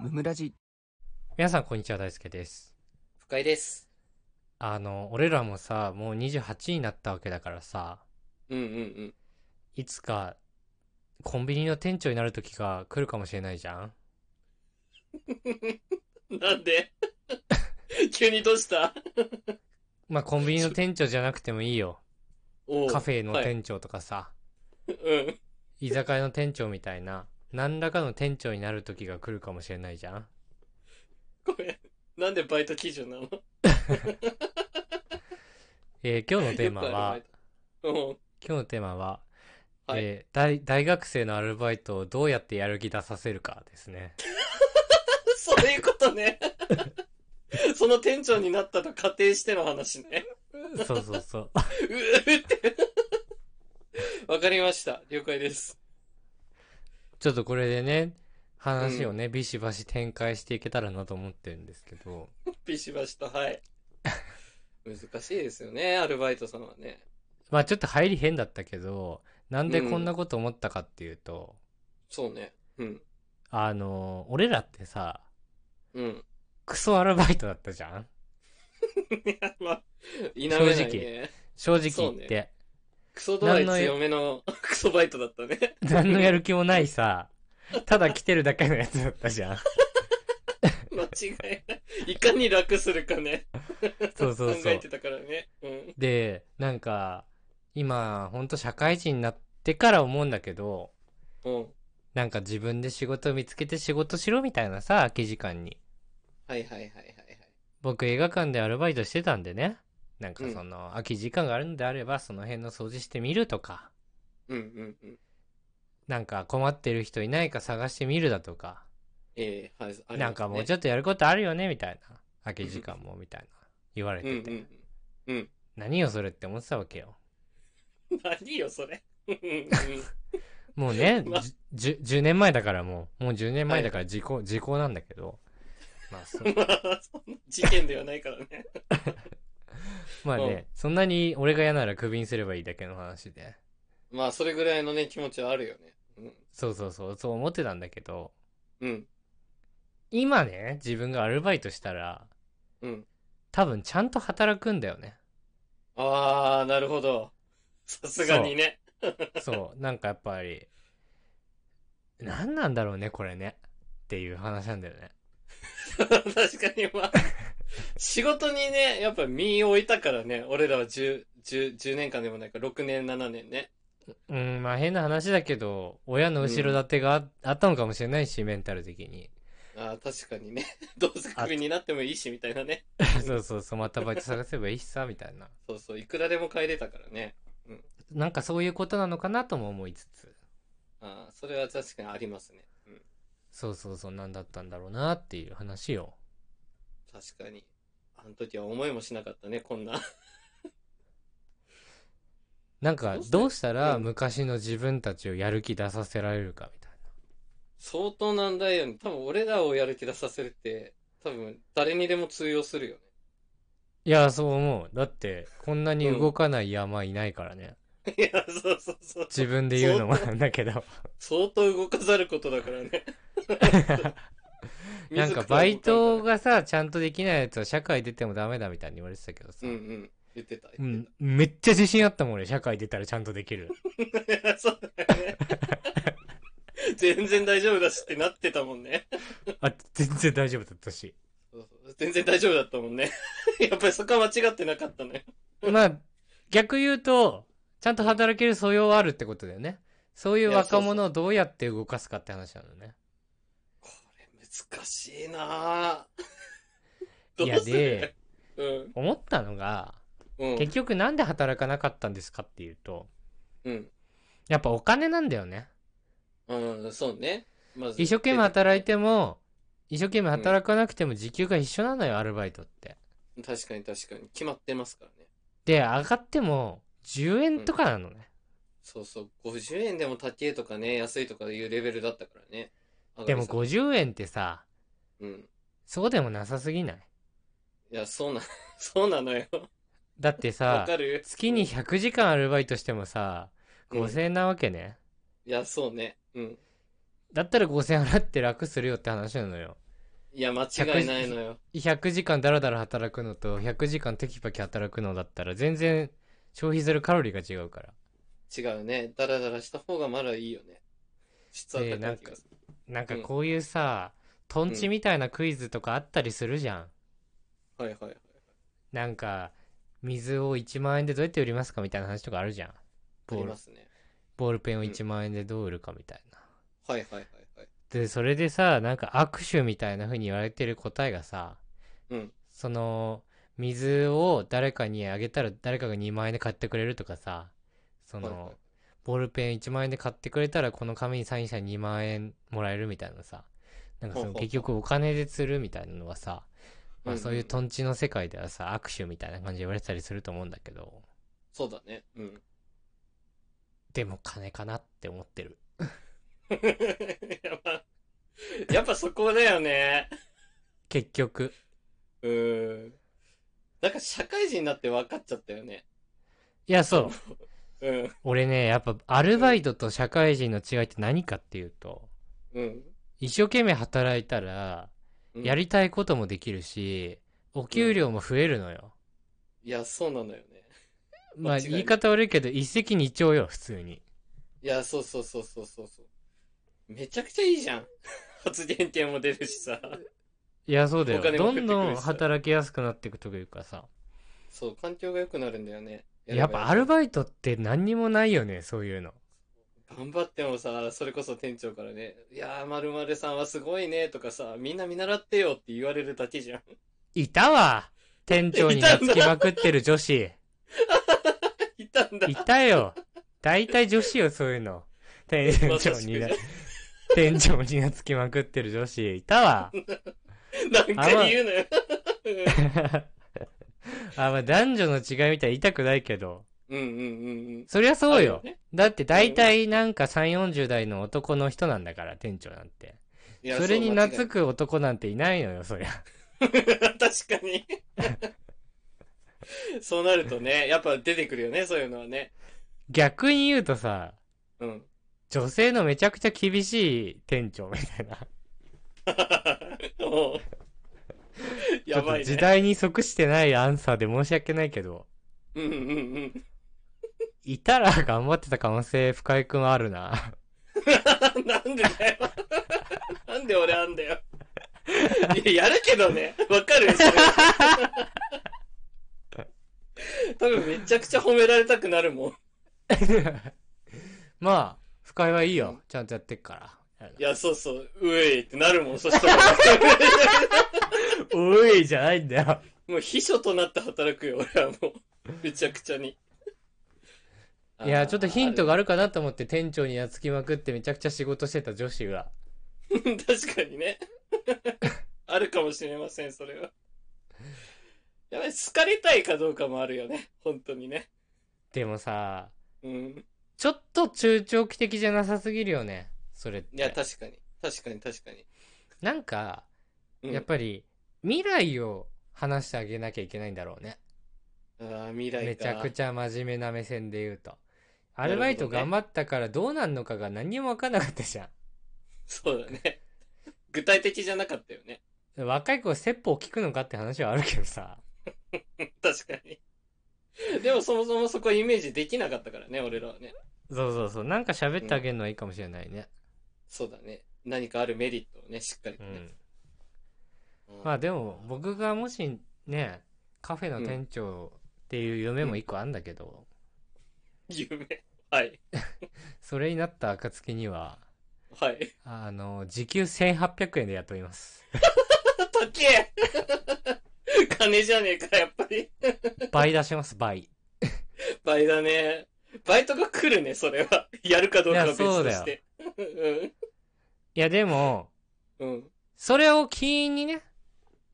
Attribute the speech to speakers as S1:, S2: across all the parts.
S1: ムムラジ
S2: 皆さんこんにちは大輔です
S3: 深井です。
S2: あの俺らもさもう28になったわけだからさ
S3: うんうんうん。
S2: いつかコンビニの店長になる時が来るかもしれないじゃん
S3: なんで 急にどうした
S2: まあコンビニの店長じゃなくてもいいよカフェの
S3: 店
S2: 店長とかさ、
S3: うん。
S2: 居酒屋の店長みたいな何らかの店長になる時が来るかもしれないじゃん
S3: ごめん。なんでバイト基準なの
S2: えー今日のテーマ
S3: よくあ
S2: は
S3: るバイ
S2: 今
S3: ト
S2: 日のテーマは、
S3: はい
S2: えー大大学生のアルバイトをどうやってやる気出させるかです ね
S3: うん。そういうことね。 その店長になったと仮定しての話ね。
S2: そうそうそう
S3: うーって。わかりました。了解です。
S2: ちょっとこれでね、話をね、ビシバシ展開していけたらなと思ってるんですけど、
S3: ピシバシと、はい。難しいですよね、アルバイトさんはね。
S2: まあちょっと入り変だったけど、なんでこんなこと思ったかっていうと、
S3: そうね。うん。
S2: あの、俺らってさ、
S3: うん。
S2: クソアルバイトだったじゃん
S3: いや、まあ、否めないね。
S2: 正直正直言って。
S3: クソ度合い強めのクソバイトだったね。
S2: 何のやる気もないさ、ただ来てるだけのやつだったじゃん。
S3: 間違いない。いかに楽するかね。
S2: そうそう
S3: 考
S2: そ
S3: え
S2: う
S3: て。たからね。うん。
S2: で、なんか、今、ほんと社会人になってから思うんだけど、
S3: うん。
S2: なんか自分で仕事見つけて仕事しろみたいなさ、空き時間に。
S3: はいはいはいはいはい。
S2: 僕映画館でアルバイトしてたんでねなんかその、空き時間があるんであればその辺の掃除してみるとか
S3: うんうんうん。
S2: なんか困ってる人いないか探してみるだとか、
S3: ええはい。ありますね
S2: なんかもうちょっとやることあるよねみたいな空き時間もみたいな言われ
S3: うん
S2: てて、
S3: うん
S2: 何よそれって思ってたわけよ
S3: うん。何よ、それ。うんうん、
S2: もうね
S3: まあ
S2: じゅ 10, 年前だからもうもう10年前だから時効、時効なんだけどま あそ
S3: まあ、そんな事件ではないからね。
S2: まあね、
S3: うん
S2: そんなに俺が嫌ならクビにすればいいだけの話で
S3: まあ、それぐらいのね、気持ちはあるよね。
S2: そうそうそうそう思ってたんだけど
S3: うん。うん。
S2: 今ね自分がアルバイトしたら
S3: うん。
S2: 多分ちゃんと働くんだよね
S3: ああ、なるほど。さすがにね。
S2: そうなんかやっぱり何なんだろうねこれねっていう話なんだよね
S3: 確かに、まあ、仕事にね、やっぱ身を置いたからね、俺らは10、10、10年間でもないから、6年、7年ね。
S2: うんまあ変な話だけど親の後ろ盾があ,、ったのかもしれないしメンタル的に
S3: ああ、確かにね。 どうせクビになってもいいし、みたいなね。
S2: そうそうそうまたバイト探せばいいしさみたいな
S3: そうそう、いくらでも帰れたからね。
S2: なんかそういうことなのかなとも思いつつ
S3: ああ、それは確かにありますね。うん。
S2: そうそうそうなんだったんだろうなっていう話を
S3: 確かに。あの時は思いもしなかったね、こんな。
S2: なんか
S3: どうする
S2: どうしたら
S3: うん
S2: 昔の自分たちをやる気出させられるかみたいな
S3: 相当難題よね。多分俺らをやる気出させるって、多分誰にでも通用するよね。
S2: いや、そう思う。だって、こんなに動かない山いないからね。
S3: いや、そうそうそう。
S2: 自分で言うのもなんだけど。
S3: 相当動かざることだか らね。
S2: なんか、バイトがさ、ちゃんとできないやつは社会出てもダメだみたいに言われてたけどさ。
S3: うんうん。言ってた。
S2: う
S3: 言っ
S2: んめっちゃ自信あったもん俺、社会出たらちゃんとできる。
S3: てた そうだよね。全然大丈夫だしってなってたもんね。
S2: あ、全然大丈夫だったし。
S3: そうそう全然大丈夫だったもんね。 やっぱりそこは間違ってなかったね。
S2: まあ、逆言うと、ちゃんと働ける素養はあるってことだよね。そういう若者をどうやって動かすかって話なのね。
S3: これ難しいなぁ。ど
S2: いや
S3: うする
S2: で、
S3: うん。
S2: 思ったのが、
S3: うん。
S2: 結局なんで働かなかったんですかっていうと、
S3: うん。
S2: やっぱお金なんだよね。
S3: うん、そうね。まず。
S2: 一生懸命働いても、一生懸命働かなくても時給が一緒なのよ、アルバイトって。
S3: 確かに確かに。決まってますからね。
S2: で、上がっても、10円とかなのね。
S3: そうそう。50円でも高えとかね、安いとかいうレベルだったからね。
S2: でも
S3: 上がり
S2: 50円ってさ、
S3: そううん。
S2: そうでもなさすぎない
S3: いや、そうな、 そうなのよ。
S2: だって
S3: わ
S2: さ、
S3: かる
S2: 月に100時間アルバイトしてもさ、
S3: うん
S2: 5000円なわけね。
S3: いや、そうね。うん。
S2: だったら5000円払って楽するよって話なのよ。
S3: いや、間違いないのよ。
S2: 100時間ダラダラ働くのと100時間テキパキ働くのだったら全然消費するカロリーが違うから
S3: 違うね。ダラダラした方がまだいいよね。質は高い気がする。
S2: なんか
S3: うん
S2: こういうさ、トンチみたいなクイズとかあったりするじゃん
S3: はいはいはい。
S2: なんか水を1万円でどうやって売りますかみたいな話とかあるじゃん
S3: あ
S2: ボ
S3: り
S2: ール
S3: ますね。
S2: ボールペンを
S3: うん
S2: 1万円でどう売るかみたいな、
S3: はいはいはいはい。
S2: でそれでさなんか握手みたいな風に言われてる答えがさ
S3: うん。
S2: その水を誰かにあげたら誰かが2万円で買ってくれるとかさその、
S3: はいはい
S2: ボールペン1万円で買ってくれたらこの紙にサインしたら2万円もらえるみたいなさなんかそ
S3: ほうほ
S2: の
S3: うほう
S2: 結局お金で釣るみたいなのはさ、ま
S3: う
S2: あ、
S3: んうんうん
S2: そういうトンチの世界ではさ握手みたいな感じで言われてたりすると思うんだけど
S3: そうだね。うん。
S2: でも金かなって思ってる
S3: やっぱ、やっぱそこだよね。
S2: 結局
S3: うーん。なんか社会人になって分かっちゃったよね。
S2: いや そう
S3: うん。
S2: 俺ねやっぱアルバイトと社会人の違いって何かっていうと
S3: うん。
S2: 一生懸命働いたら
S3: うん
S2: やりたいこともできるしお給料も増えるのよ、
S3: いや、そうなのよね。
S2: ま
S3: 間
S2: あ
S3: 違いない
S2: 言い方悪いけど一石二鳥よ普通に
S3: いや、そうそうそうそうそうそう。めちゃくちゃいいじゃん。 発言権も出るしさ。
S2: いやそうだ
S3: お金
S2: よ
S3: も
S2: ど
S3: 降ってくる
S2: ん
S3: し
S2: どん働きやすくなっていくというかさ
S3: そう、環境が良くなるんだよね。
S2: やっぱアル
S3: イ
S2: バイトって何にもないよねそういうの
S3: ト。頑張ってもさ、それこそ店長からね、いやー、まるさんはすごいね、とかさ、みんな見習ってよって言われるだけじゃん。
S2: いたわ店長に懐きまくってる女子
S3: いたんだ。
S2: いたよ大体女子よそういうの店長に
S3: ま
S2: な
S3: さし
S2: 店長に懐きまくってる女子いたわ
S3: なんか言うなよ。
S2: あまあ男女の違いみたいに言いたくないけど
S3: うんうんうんうん。
S2: そりゃそうよ
S3: あるね
S2: だって大体なんか3、40代の男の人なんだから、店長なんて。
S3: いや
S2: それに
S3: う間違いない
S2: 懐く男なんていないのよ、そりゃ。
S3: 確かに。そうなるとね、やっぱ出てくるよね、そういうのはね。
S2: 逆に言うとさ、
S3: うん。
S2: 女性のめちゃくちゃ厳しい店長みたいな。
S3: もう
S2: ちょ
S3: や
S2: っと
S3: ばい
S2: 時
S3: ね。
S2: 代に即してないアンサーで申し訳ないけど、
S3: うんうんうん。
S2: いたら頑張ってた可能性、深井くんはあるな。
S3: なんでだよ。なんで俺あんだよ。いや、やるけどね。わかるよそれ多分めちゃくちゃ褒められたくなるもん。
S2: まあ、深井はいいうよ
S3: ん。
S2: ちゃんとやってっから。
S3: いや、そうそう。うえいってなるもん。そしたら。
S2: おいじゃないんだよ。
S3: もう秘書となって働くよ、俺はもう。めちゃくちゃに。
S2: いや、ちょっとヒントがあ
S3: る。
S2: るかなと思って店長に懐きまくってめちゃくちゃ仕事してた女子が。
S3: 確かにね。あるかもしれません、それは。やばい、好かれたいかどうかもあるよね。本当にね。
S2: でもさ、
S3: うん。
S2: ちょっと中長期的じゃなさすぎるよね。それって。
S3: いや、確かに。確かに、確かに。
S2: なんか、
S3: うん、
S2: やっぱり、未来を話してあげなきゃいけないんだろうね。
S3: あー未来か。
S2: めちゃくちゃ真面目な目線で言うと。ア
S3: なるほどね
S2: ルバイト頑張ったからどうなんのかが何にも分かんなかったじゃ
S3: そうだね。 具体的じゃなかったよね。
S2: ん。若い子は説法聞くのかって話はあるけどさ。
S3: 確かに。でも、そもそもそこはイメージできなかったからね、俺らはね。
S2: そうそうそう。なんか喋ってあげるのはいいかもしれないね。
S3: そうだね。何かあるメリットをね、しっかりと
S2: う
S3: ね。
S2: ん。
S3: うん
S2: まあでも、僕がもしね、カフェの店長っていう夢も一個あんだけど、
S3: 夢。はい。
S2: それになった暁には、
S3: はい。
S2: あの、時給1800円で雇います。
S3: 高え 金じゃねえか、やっぱり。
S2: 倍出します、倍。
S3: 倍だね。バイトが来るね、それは。やるかどうかは別として。
S2: いや、でも、
S3: うん。うん。
S2: それを起因にね、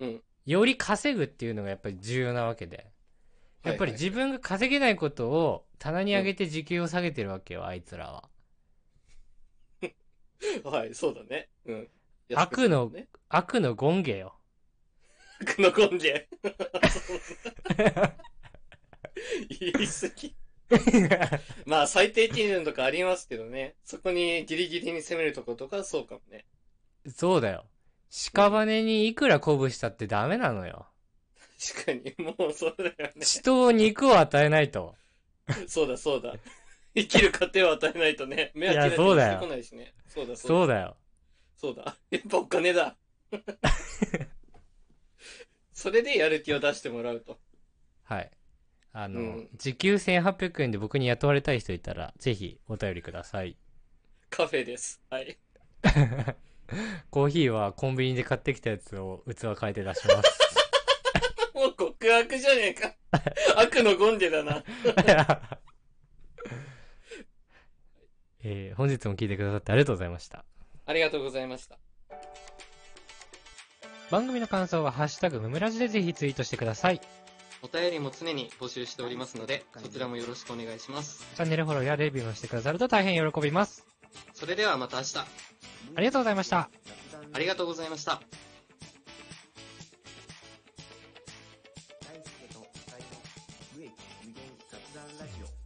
S3: うん
S2: より稼ぐっていうのがやっぱり重要なわけで。やっぱり
S3: はい
S2: 自分が稼げないことを棚に上げて時給を下げてるわけよ、あいつらは。
S3: はい、はいそうだね。うん。
S2: 悪の
S3: ね
S2: 悪の権下 よ。
S3: 悪の根源。言い過ぎ。まあ、最低基準とかありますけどね。そこにギリギリに攻めるとことかはそうかもね。
S2: そうだよ。屍にいくら鼓舞したってダメなのよ。
S3: 確かに、もうそうだよね。
S2: 人を肉を与えないと。
S3: そうだそうだ。生きる糧を与えないとね、目はキラキ
S2: いやそう
S3: ラ
S2: だ
S3: し
S2: よ
S3: てこないしね。そうだそ
S2: そう
S3: うだ。
S2: だよ。
S3: そうだ。やっぱお金だ。 それでやる気を出してもらうと。
S2: はい。あの、
S3: うん
S2: 時給1800円で僕に雇われたい人いたら、ぜひお便りください。
S3: カフェです。はい。
S2: コーヒーはコンビニで買ってきたやつを器変えて出し ます。
S3: もう極悪じゃねえか。悪のゴンゲだな。
S2: えー本日も聞いてくださってありがとうございました。
S3: ありがとうございました。
S2: 番組の感想はハッシュタグムムラジでぜひツイートしてください。チ
S3: お便りも常に募集しておりますので、そちらもよろしくお願いします。
S2: ャンネルフォローやレビューもしてくださると大変喜びます。
S3: それではまた明日、
S2: ありがとうございました。
S3: ありがとうございました。
S1: 大輔と二人の無益無限雑談ラジオ